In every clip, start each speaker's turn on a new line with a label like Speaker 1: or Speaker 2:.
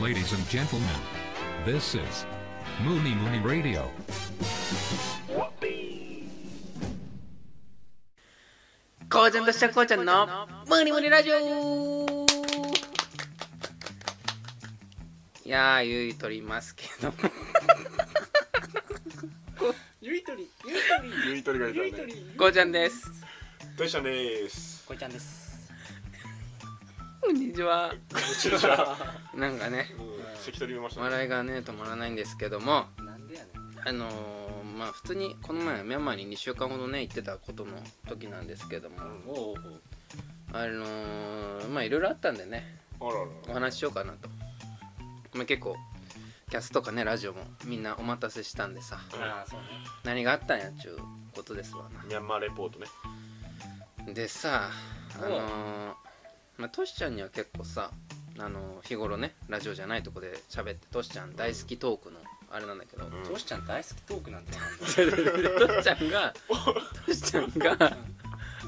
Speaker 1: Ladies and gentlemen, this is Mooney Mooney Radio.
Speaker 2: こうちゃんとしたこうちゃんのムニムニラジオいやーゆいとりますけ ど
Speaker 3: ゆいとり、ゆいとり、
Speaker 4: ゆいとりがいた
Speaker 3: ゆいと
Speaker 4: ね。
Speaker 3: り。
Speaker 2: こうちゃんです
Speaker 4: としゃんです。
Speaker 3: こいちゃんです。
Speaker 2: こんにちは
Speaker 4: こんにちは。
Speaker 2: なんかね
Speaker 4: うん関取見ましたね。
Speaker 2: 笑いがね止まらないんですけども
Speaker 3: なんでやね
Speaker 2: あのー、まあ普通にこの前ミャンマーに2週間ほどね行ってたことの時なんですけども
Speaker 3: ん。おうおう
Speaker 2: あのー、まあいろいろあったんでね
Speaker 4: あらら
Speaker 2: お話ししようかなと、まあ、結構キャスとかねラジオもみんなお待たせしたんでさ
Speaker 3: ああ、そうね。
Speaker 2: 何があったんやっちゅうことですわな
Speaker 4: ミャンマーレポートね。
Speaker 2: でさあ
Speaker 3: おう
Speaker 2: のーまあ、トシちゃんには結構さあのー日頃ねラジオじゃないとこで喋ってトシちゃん大好きトークのあれなんだけど、
Speaker 4: うん
Speaker 3: トシちゃん大好きトークなんて。
Speaker 2: トシちゃんがトシちゃんが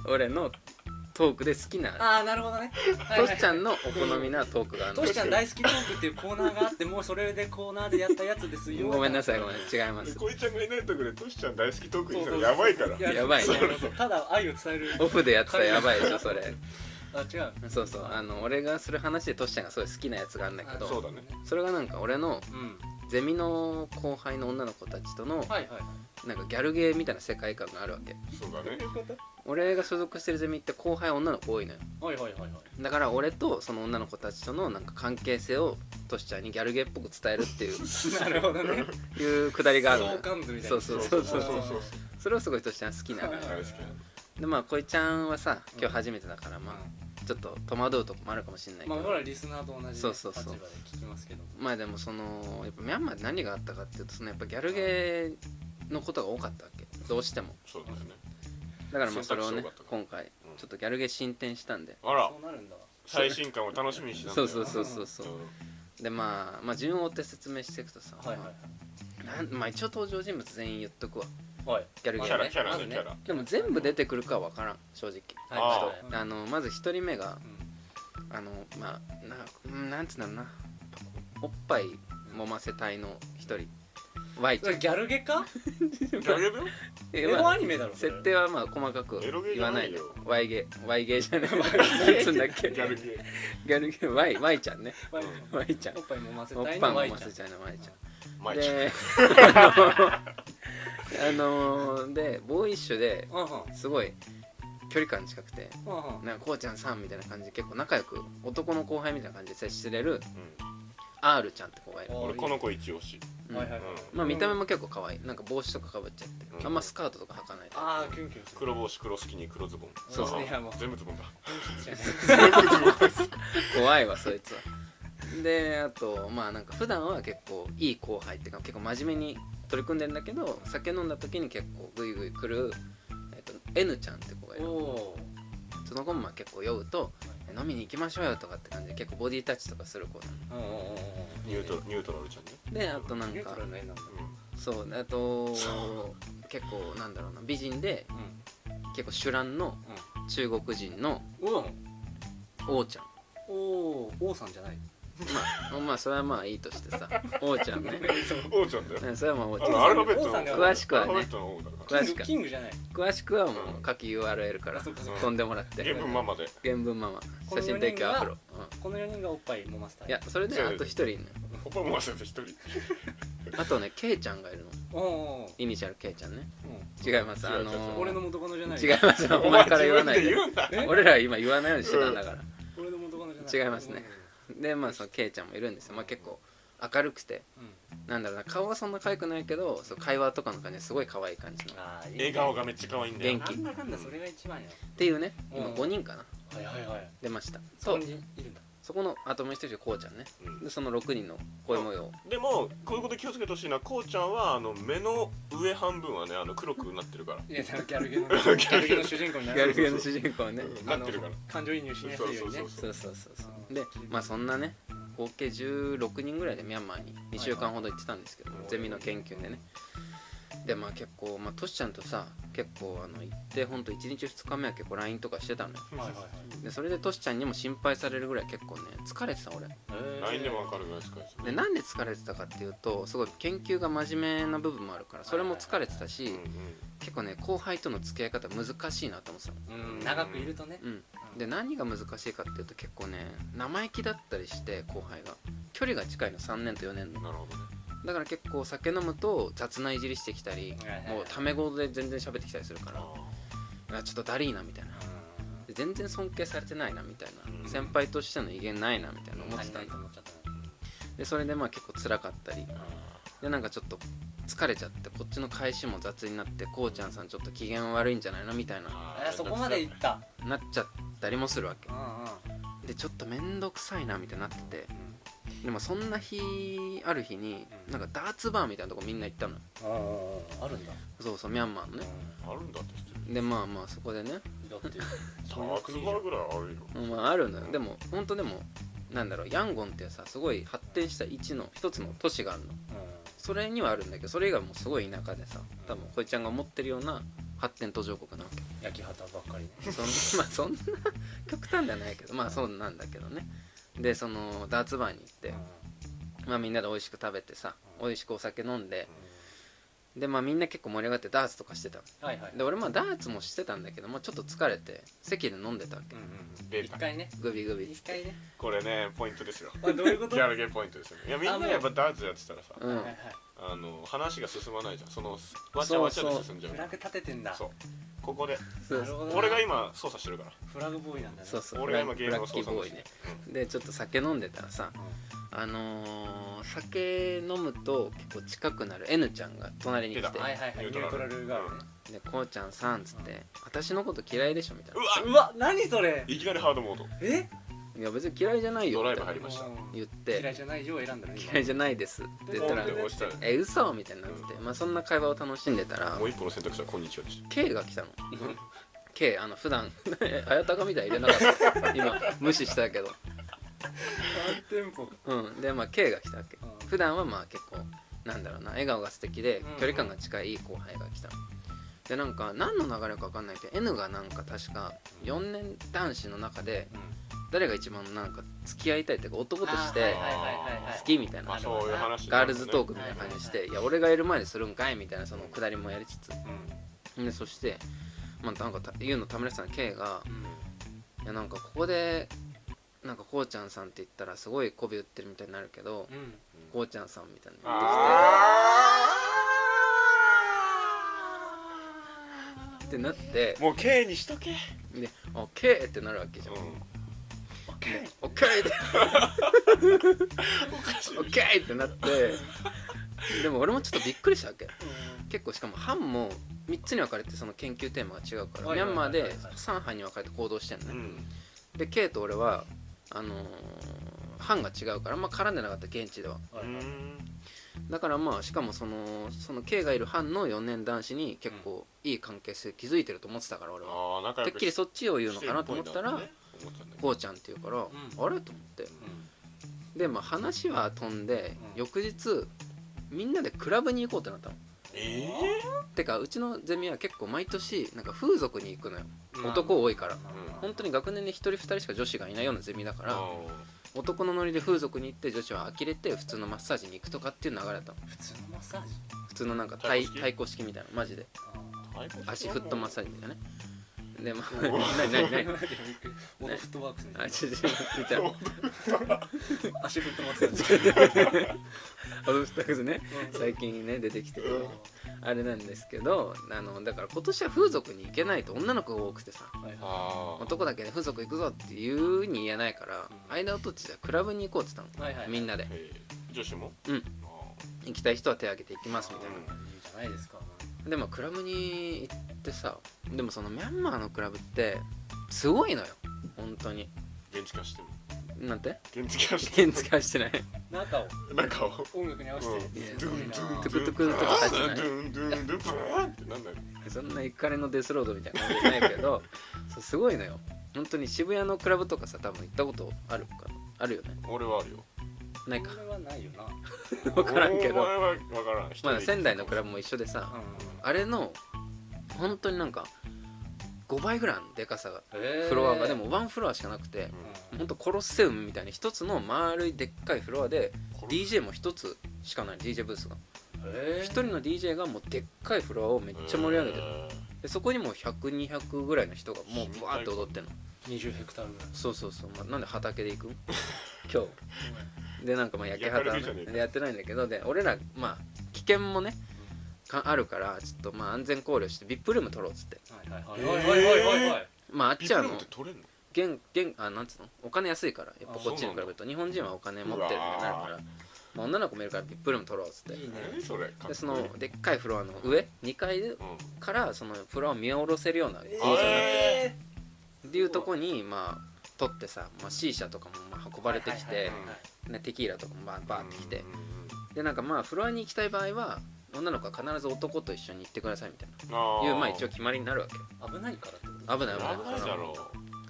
Speaker 2: 俺のトークで好きな
Speaker 3: ああ、なるほどね。
Speaker 2: トシちゃん
Speaker 3: の。
Speaker 2: のお好みなトークがあるの
Speaker 3: トシちゃん大好きトークっていうコーナーがあって、もうそれでコーナーでやったやつですよ。
Speaker 2: ごめんなさい
Speaker 3: そ
Speaker 2: ごめん違います
Speaker 4: こいちゃんがいないとこでとしちゃん大好きトーク
Speaker 3: う
Speaker 4: に
Speaker 3: そ
Speaker 4: した
Speaker 3: うそう。
Speaker 4: らやばいから。
Speaker 2: やばいね
Speaker 3: そうそうただ愛を伝える。
Speaker 2: オフでやってたらやばいでしょそれ
Speaker 3: あ、違う。
Speaker 2: そうそうあの俺がする話でトシちゃんがすごい好きなやつがあるんだけ
Speaker 3: あ
Speaker 2: ど
Speaker 4: そうだね。
Speaker 2: それがなんか俺の
Speaker 3: うん。
Speaker 2: ゼミの後輩の女の子たちとの
Speaker 3: はいはい。
Speaker 2: なんかギャルゲーみたいな世界観があるわけ
Speaker 4: そうだね。
Speaker 2: 俺が所属してるゼミって後輩女の子多いのよ
Speaker 3: はいはいはいはい。
Speaker 2: だから俺とその女の子たちとのなんか関係性をトシちゃんにギャルゲーっぽく伝えるっていう
Speaker 3: なるほどね。
Speaker 2: いうくだりがあるの
Speaker 3: 相
Speaker 2: よ
Speaker 3: 関図みたいな。
Speaker 2: そうそうそうそう
Speaker 4: そうそうそう。
Speaker 2: それをすごいトシちゃん好きなのよ
Speaker 3: は
Speaker 4: 大好き。
Speaker 2: でまあこいちゃんはさ今日初めてだからまあちょっと戸惑うとこもあるかもしれないけ
Speaker 3: まあ、
Speaker 2: ど
Speaker 3: ほらリスナーと同じね
Speaker 2: そうそうそう
Speaker 3: 立場で聞きますけど。
Speaker 2: まあでもそのやっぱミャンマーで何があったかっていうとそのやっぱギャルゲーのことが多かったわけどうしても
Speaker 4: そうだよね。
Speaker 2: だからまあそれを
Speaker 4: 選択肢
Speaker 2: ね
Speaker 4: 多かったから
Speaker 2: 今回ちょっとギャルゲー進展したんで
Speaker 4: あら
Speaker 3: そうなるんだわ。
Speaker 4: 最新刊を楽しみにしてたんだ
Speaker 2: そう
Speaker 4: よ。
Speaker 2: そうそうそうそうでまあ、まあ順を追って説明していくとさ、
Speaker 3: はいはい
Speaker 2: なんまあ、一応登場人物全員言っとくわ
Speaker 3: はい。
Speaker 2: ギャル
Speaker 4: キ
Speaker 2: ゲ
Speaker 4: ャ
Speaker 2: ー
Speaker 4: ラ
Speaker 2: ね
Speaker 4: キャラ
Speaker 3: ま
Speaker 4: ね
Speaker 3: ず
Speaker 4: キ
Speaker 3: ね
Speaker 4: ャラ。
Speaker 2: でも全部出てくるかは分からん正直
Speaker 3: はい
Speaker 4: あ
Speaker 3: ー
Speaker 2: あのまず一人目があのまあなうんなんつうんだろうなおっぱい揉ませ隊の一人 Y ち
Speaker 3: そ
Speaker 2: ゃ
Speaker 3: れ
Speaker 2: ん
Speaker 3: ギャルゲか？
Speaker 4: ギャルゲーだよ。
Speaker 2: え
Speaker 3: エロ
Speaker 2: まあ
Speaker 3: アニメだろ。それ
Speaker 2: 設定はまあ細かく
Speaker 4: エロゲー
Speaker 2: 言
Speaker 4: じゃ
Speaker 2: わな
Speaker 4: ないい
Speaker 2: で
Speaker 4: よ
Speaker 2: Y ゲー Y ゲーじ ゃないなんつうんだっけ
Speaker 4: ギャルゲー。
Speaker 2: ギャルゲー Y, y ちゃんね
Speaker 3: はい
Speaker 2: Y ちゃん
Speaker 3: おっぱいもませ
Speaker 2: おった
Speaker 3: い
Speaker 2: ぱい
Speaker 3: のワ
Speaker 2: 揉
Speaker 3: イ
Speaker 2: ま
Speaker 3: ちゃ
Speaker 2: せ
Speaker 3: ん。
Speaker 2: ちゃんの Y ちゃん
Speaker 4: マイ
Speaker 2: で あのーでボーイッシュで
Speaker 3: うんうん
Speaker 2: すごい距離感近くて
Speaker 3: う
Speaker 2: 「
Speaker 3: ん
Speaker 2: なんかこうちゃんさん」みたいな感じで結構仲良く男の後輩みたいな感じで接してる R ちゃんって子がいる
Speaker 3: う、ん。
Speaker 4: 俺この子一押し。
Speaker 2: う
Speaker 3: うんんはいはいはい。
Speaker 2: まあ見た目も結構可愛いなんか帽子とかかぶっちゃって、
Speaker 4: うん
Speaker 2: あんまスカートとか履かない
Speaker 3: ああキュンキュンする。
Speaker 4: 黒帽子黒スキニー黒ズボン。
Speaker 2: そう
Speaker 3: いやもう
Speaker 4: 全部ズボンだ。
Speaker 2: 怖いわそいつはであとまあなんか普段は結構いい後輩っていうか結構真面目に取り組んでんだけど酒飲んだ時に結構グイグイ来る、えっと、N ちゃんって子がいる
Speaker 3: おお
Speaker 2: その子もまあ結構酔うと飲みに行きましょうよとかって感じで結構ボディタッチとかする子な
Speaker 3: ー。うんうんうんうん。
Speaker 4: ニュートラニュートラルちゃんね。
Speaker 2: のであとなん
Speaker 3: ニュート
Speaker 2: か
Speaker 3: ラルの絵なんだ。
Speaker 2: そうあと
Speaker 4: そ
Speaker 2: 結構なんだろうな美人で
Speaker 3: うん
Speaker 2: 結構酒乱の中国人の
Speaker 3: うん。
Speaker 2: 王ちゃん
Speaker 3: おお王さんじ ゃない。
Speaker 2: まあまあそれはまあいいとしてさ王ちゃんね
Speaker 4: うん。王ちゃんだよ。
Speaker 2: うんそれはまあ王ちゃ
Speaker 4: あ
Speaker 2: ん
Speaker 4: のアルファベットの
Speaker 3: 詳
Speaker 2: しく
Speaker 4: ア
Speaker 2: はね
Speaker 4: ルファベットの王だか
Speaker 2: 詳しく
Speaker 3: キングじゃない。
Speaker 2: 詳しくはもう下記 URL から
Speaker 3: あそっかそっ
Speaker 4: か
Speaker 2: 飛んでもらって
Speaker 4: ら原文マ マで
Speaker 2: 原文ママ写真提供アフロ、う
Speaker 3: この四人がおっぱいもませた
Speaker 2: ん
Speaker 3: い。
Speaker 2: いやそれであと一人いるのよ
Speaker 4: パパも忘れて一人
Speaker 2: あとねケイちゃんがいるの
Speaker 3: おお。
Speaker 2: イニシャルケイちゃんね
Speaker 3: うん
Speaker 2: 違います
Speaker 4: 違う
Speaker 2: あ
Speaker 4: 違う違
Speaker 2: の
Speaker 4: う
Speaker 3: 俺の元カノじゃない。
Speaker 2: 違いますお前から言わない
Speaker 4: お前自分で
Speaker 2: で
Speaker 4: 言うんだ
Speaker 3: え
Speaker 2: 俺らは今言わないようにしてたんだから
Speaker 3: 俺の元カノじゃない。
Speaker 2: 違いますねでまあそのケイちゃんもいるんですよまあ結構明るくて
Speaker 3: うん。うん
Speaker 2: なんだろうな顔はそんな可愛くないけどそう会話とかの感じですごい可愛い感じのっ
Speaker 3: あーいいね
Speaker 4: 笑顔がめっちゃ可愛いんだよ
Speaker 2: 元気
Speaker 3: なんだかんだそれが一番よ
Speaker 2: ていうね今
Speaker 3: うん
Speaker 2: 5人かな
Speaker 3: はいはいはい
Speaker 2: 出ました
Speaker 3: そ
Speaker 2: と
Speaker 3: こにいるんだ
Speaker 2: そこのあともう一人こうちゃんね
Speaker 4: うん
Speaker 2: でその6人の声模様
Speaker 4: でもこういうこと気をつけてほしいのはこうちゃんはあの目の上半分はねあの黒くなってるから
Speaker 3: いやだからギャ ルゲのギャルゲの主人公にな
Speaker 2: ギャル
Speaker 3: る
Speaker 2: ゲーの主人公ね
Speaker 4: なってるから
Speaker 3: 感情移入しやすいようにね
Speaker 4: そうそう
Speaker 2: そうそうそうそう
Speaker 3: うん
Speaker 2: でまあそんなね合計16人ぐらいでミャンマーに2週間ほど行ってたんですけど、
Speaker 4: いはい
Speaker 2: ゼミの研究でねでまあ結構まあトシちゃんとさ結構あの行ってほんと1日2日目は結構 LINE とかしてたのよ
Speaker 3: はいはいはい
Speaker 2: でそれでトシちゃんにも心配されるぐらい結構ね疲れてた俺
Speaker 3: えー
Speaker 4: LINE でもわかるぐらいですかね
Speaker 2: でなんで疲れてたかっていうとすごい研究が真面目な部分もあるからそれも疲れて
Speaker 4: う
Speaker 2: た
Speaker 4: ん
Speaker 2: し
Speaker 4: うん
Speaker 2: 結構ね後輩との付き合い方難しいなと思ってたの
Speaker 3: うん長くいるとね
Speaker 2: うんで何が難しいかっていうと結構ね生意気だったりして後輩が距離が近いの3年と4年の
Speaker 4: なるほどね
Speaker 2: だから結構酒飲むと雑ないじりしてきたり
Speaker 3: はいはいはい
Speaker 2: もうタメ語で全然喋ってきたりするから
Speaker 4: あ
Speaker 2: いやちょっとだりーなみたいな
Speaker 3: う
Speaker 2: で全然尊敬されてないなみたいな、
Speaker 4: うん
Speaker 2: 先輩としての威厳ないなみたいなん思っ
Speaker 3: 足
Speaker 2: て
Speaker 3: り
Speaker 2: た
Speaker 3: な
Speaker 2: の
Speaker 3: いと思っちゃった
Speaker 2: でそれでまあ結構辛かったり
Speaker 4: ーあ
Speaker 2: でなんかちょっと疲れちゃってこっちの返しも雑になってこうちゃんさんちょっと機嫌悪いんじゃないのみたいな
Speaker 4: ー
Speaker 3: えーそこまでいった
Speaker 2: なっちゃったりもするわけ
Speaker 3: うんうん
Speaker 2: でちょっと面倒くさいなみたいになっててでもそんな日ある日に
Speaker 3: うん
Speaker 2: なんかダーツバーみたいなとこみんな行ったの
Speaker 3: うんうんあるんだ
Speaker 2: そうそうミャンマーのね
Speaker 4: あるんだって知ってる
Speaker 2: でまあまあそこでね、
Speaker 3: だって
Speaker 4: ダーツバーぐらいあるよ
Speaker 2: まあ、あるのよでも本当でもなんだろうヤンゴンってさすごい発展した一の一つの都市があるのそれにはあるんだけどそれ以外もすごい田舎でさ多分こいちゃんが思ってるような発展途上国なわ け
Speaker 3: 焼き畑ばっかりね
Speaker 2: そんまあそんな極端ではないけどまあそうなんだけどねでそのダーツバーに行って、まあ、みんなで美味しく食べてさ美味しくお酒飲んででまあみんな結構盛り上がってダーツとかしてたの
Speaker 3: はいはい
Speaker 2: で俺まあダーツもしてたんだけどもうちょっと疲れて席で飲んでたわけ
Speaker 4: 出
Speaker 3: 一
Speaker 4: た
Speaker 3: 回ね
Speaker 2: グビグビっ
Speaker 3: 一
Speaker 2: つって
Speaker 3: 回ね
Speaker 4: これねポイントですよ
Speaker 3: あどういうこ
Speaker 4: ギャルゲーポイントですよねいやみんなやっぱダーツやってたらさ
Speaker 2: う
Speaker 3: はい
Speaker 2: ん
Speaker 3: はい
Speaker 4: あの話が進まないじゃんそのわちゃわちゃで進んじゃう
Speaker 3: フラグ立ててんだ
Speaker 4: そうここで
Speaker 2: そう
Speaker 3: なるほどな
Speaker 4: 俺が今操作してるから
Speaker 3: フラグボーイなんだね
Speaker 2: そうそう
Speaker 4: 俺が今
Speaker 2: ブ
Speaker 4: ゲー
Speaker 2: ラ
Speaker 4: ムを
Speaker 2: ッキ
Speaker 4: 操
Speaker 2: ー
Speaker 4: 作
Speaker 2: ボーイ
Speaker 4: して
Speaker 2: ね
Speaker 4: る
Speaker 2: でちょっと酒飲んでたらさあのー酒飲むと結構近くなる N ちゃんが隣に来
Speaker 4: 出
Speaker 2: て
Speaker 4: た
Speaker 3: はいはいはいニ
Speaker 4: ニュ
Speaker 3: ュー
Speaker 4: ー
Speaker 3: ト
Speaker 4: ト
Speaker 3: ラ
Speaker 4: ラ
Speaker 3: ル
Speaker 4: ル
Speaker 3: があるね
Speaker 2: でこうちゃんさんっつって「私のこと嫌いでしょ」みたいうな
Speaker 4: わ
Speaker 3: うわ何それ
Speaker 4: いきなりハードモード
Speaker 3: え
Speaker 2: 「いや別に嫌いじゃないよ」
Speaker 4: ドライブ
Speaker 2: みた
Speaker 4: 入
Speaker 2: い
Speaker 4: りました
Speaker 2: な言っ
Speaker 3: 嫌
Speaker 2: て
Speaker 3: いじゃないよを選んだね
Speaker 2: 「
Speaker 3: 今
Speaker 2: 嫌いじゃないです」って言ったら
Speaker 4: ポンって押したら
Speaker 2: 「え嘘みたいになってて、まあ、そんな会話を楽しんでたら
Speaker 4: もう一個の選択肢はこんにちはでし
Speaker 2: K が来たの K あの普段 綾鷹みたいに入れなかった今無視したけど
Speaker 3: ワンテンポ
Speaker 2: うんでまあ K が来たわけ
Speaker 3: うん
Speaker 2: 普段はまあ結構なんだろうな笑顔が素敵で
Speaker 3: うんう
Speaker 2: 距
Speaker 3: ん
Speaker 2: 離感が近いいい後輩が来たのでなんか何の流れか分かんないけど N がなんか確か4年男子の中で誰が一番なんか付き合いたいっていうか男として
Speaker 4: あー
Speaker 2: 好きみたい
Speaker 4: ま
Speaker 2: な
Speaker 4: あそういう話にな
Speaker 2: ガー
Speaker 4: る
Speaker 2: ル
Speaker 4: よね
Speaker 2: ズトークみたいな感じして「いや俺がいる前でするんかい」みたいなそのくだりもやりつつでそして、まあ、なんかた言うのためらってたの K が「いやなんかここでなんかこうちゃんさんって言ったらすごい媚び売ってるみたいになるけどこうちゃんさん」みたいな言
Speaker 4: あ
Speaker 2: ってきてってなって
Speaker 4: ーもう K にしとけ
Speaker 2: で「あ K」ってなるわけじゃん。で「オッケー!」って
Speaker 4: おかしい
Speaker 2: オッケーってなってでも俺もちょっとびっくりしたわけ結構しかも班も3つに分かれてその研究テーマが違うから
Speaker 3: はい
Speaker 2: ミ
Speaker 3: は
Speaker 2: ャ
Speaker 3: いはい
Speaker 2: ンマ
Speaker 3: は
Speaker 2: ー
Speaker 3: い
Speaker 2: で3班に分かれて行動してんの
Speaker 4: う
Speaker 2: ね、
Speaker 4: ん
Speaker 2: で K と俺はあのー班が違うからあんま絡んでなかった現地ではだからまあしかもそのその K がいる班の4年男子に結構いい関係性築いてると思ってたから俺は、
Speaker 4: ああ仲良
Speaker 2: てっ
Speaker 4: く
Speaker 2: きり
Speaker 4: し
Speaker 2: そっちを言うのかなと思ったら、
Speaker 4: 思ったんだけど
Speaker 2: こうちゃんって言うから、あれと思ってでまあ話は飛んで、
Speaker 3: うん
Speaker 2: 翌日みんなでクラブに行こうってなったの
Speaker 4: え
Speaker 2: てかうちのゼミは結構毎年なんか風俗に行くのよ男多いから本当に学年で1人2人しか女子がいないようなゼミだか
Speaker 4: ー
Speaker 2: ら
Speaker 4: あ
Speaker 2: 男のノリで風俗に行って女子は呆れて普通のマッサージに行くとかっていう流れだったの
Speaker 3: 普通のマッサージ
Speaker 2: 普通のなんか太
Speaker 4: 太鼓式
Speaker 2: 太鼓式みたいなマジで
Speaker 4: ー
Speaker 2: 足フットマッサージみたいなねでまあ
Speaker 4: うわ
Speaker 2: 何何何
Speaker 3: オドフットワークスね
Speaker 2: あちょちょみたいな
Speaker 3: 足フットマッサージ
Speaker 2: アドフタグスね最近ね出てきてるあれなんですけどあのだから今年は風俗に行けないと女の子が多くてさ
Speaker 4: あー
Speaker 2: 男だけで風俗行くぞっていうに言えないから、
Speaker 3: うん
Speaker 2: 間を取ってじゃあクラブに行こうって言ったの、
Speaker 3: はいはい
Speaker 2: みんなで
Speaker 4: えー女子も
Speaker 2: うん
Speaker 4: あ
Speaker 2: 行きたい人は手挙げて行きますみたい
Speaker 4: うん
Speaker 3: じゃないですか
Speaker 2: なでもクラブに行ってさでもそのミャンマーのクラブってすごいのよ本当に
Speaker 4: ー現地化してる
Speaker 2: なんて
Speaker 4: 現地化して
Speaker 2: 現
Speaker 4: る
Speaker 2: 地化してない
Speaker 3: 中を
Speaker 4: なんかを
Speaker 3: 音楽に合わせて
Speaker 2: うん
Speaker 3: すごいな
Speaker 4: ドゥンドゥン
Speaker 2: トゥクトゥクのとこ入ってない
Speaker 4: ドゥンドゥンドゥンブーンってなんだよ
Speaker 2: そんな怒りのデスロードみたいな感じじゃないけどそうすごいのよ本当に渋谷のクラブとかさ多分行ったことあるかなあるよね
Speaker 4: 俺はあるよ
Speaker 2: ないか
Speaker 3: それはないよな
Speaker 2: 分からんけ
Speaker 4: お
Speaker 2: ど、
Speaker 4: 前は分からん人
Speaker 2: まあ、
Speaker 4: に
Speaker 2: 仙台のクラブも一緒でさ、
Speaker 3: うん
Speaker 2: あれの本当になんか5倍ぐらいのでかさが
Speaker 3: えー
Speaker 2: フロアがでもワンフロアしかなくて
Speaker 4: う
Speaker 3: うん
Speaker 2: 本当コロッセウムみたいに一つの丸いでっかいフロアで
Speaker 4: コロ
Speaker 2: DJ も一つしかない DJ ブースが
Speaker 3: えー
Speaker 2: 一人の DJ がもうでっかいフロアをめっちゃ盛り上げてる
Speaker 4: え
Speaker 2: でそこにもう100200ぐらいの人がもうバーって踊ってんの
Speaker 3: 20ヘクタールぐらい
Speaker 2: そうそうそう、まあ、なんで畑で行くん今日でなんかまあ焼け
Speaker 4: 焼かれ
Speaker 2: 畑
Speaker 4: るじゃねえか
Speaker 2: でやってないんだけどで俺らまあ危険もねかあるからちょっとまあ安全考慮して VIP ルーム取ろうっつって
Speaker 3: はいはいはいはいはいはいはい
Speaker 2: まああっ
Speaker 4: ービ
Speaker 2: ちは
Speaker 4: ッ
Speaker 2: あ
Speaker 4: グルームっ
Speaker 2: の
Speaker 4: て取れんの
Speaker 2: 現現あなんつうのお金安いからやっぱ
Speaker 3: あ
Speaker 2: こっちに比べると日本人はお金持ってるようになるか
Speaker 4: う
Speaker 2: ら
Speaker 4: わ、
Speaker 2: まあ、女の子もいるから VIP ルーム取ろうっつって
Speaker 3: いいね
Speaker 4: 何それかっこい
Speaker 2: で
Speaker 4: い
Speaker 2: そのでっかいフロアの上2階
Speaker 4: うん
Speaker 2: からそのフロアを見下ろせるような
Speaker 3: え
Speaker 4: ー
Speaker 3: え
Speaker 2: っていうとこにまあ取ってさ、まあ、シーシャとかもまあ運ばれてきて、
Speaker 3: はいはい
Speaker 2: ね、テキーラとかもバーバーってきて
Speaker 4: うんうんうん
Speaker 2: でなんかまあフロアに行きたい場合は女の子は必ず男と一緒に行ってくださいみたい
Speaker 4: あ
Speaker 2: な
Speaker 4: ー
Speaker 2: いうまあ一応決まりになるわけよ
Speaker 3: はい危ないからってこと
Speaker 2: 危ない危ない
Speaker 4: 危ないだろ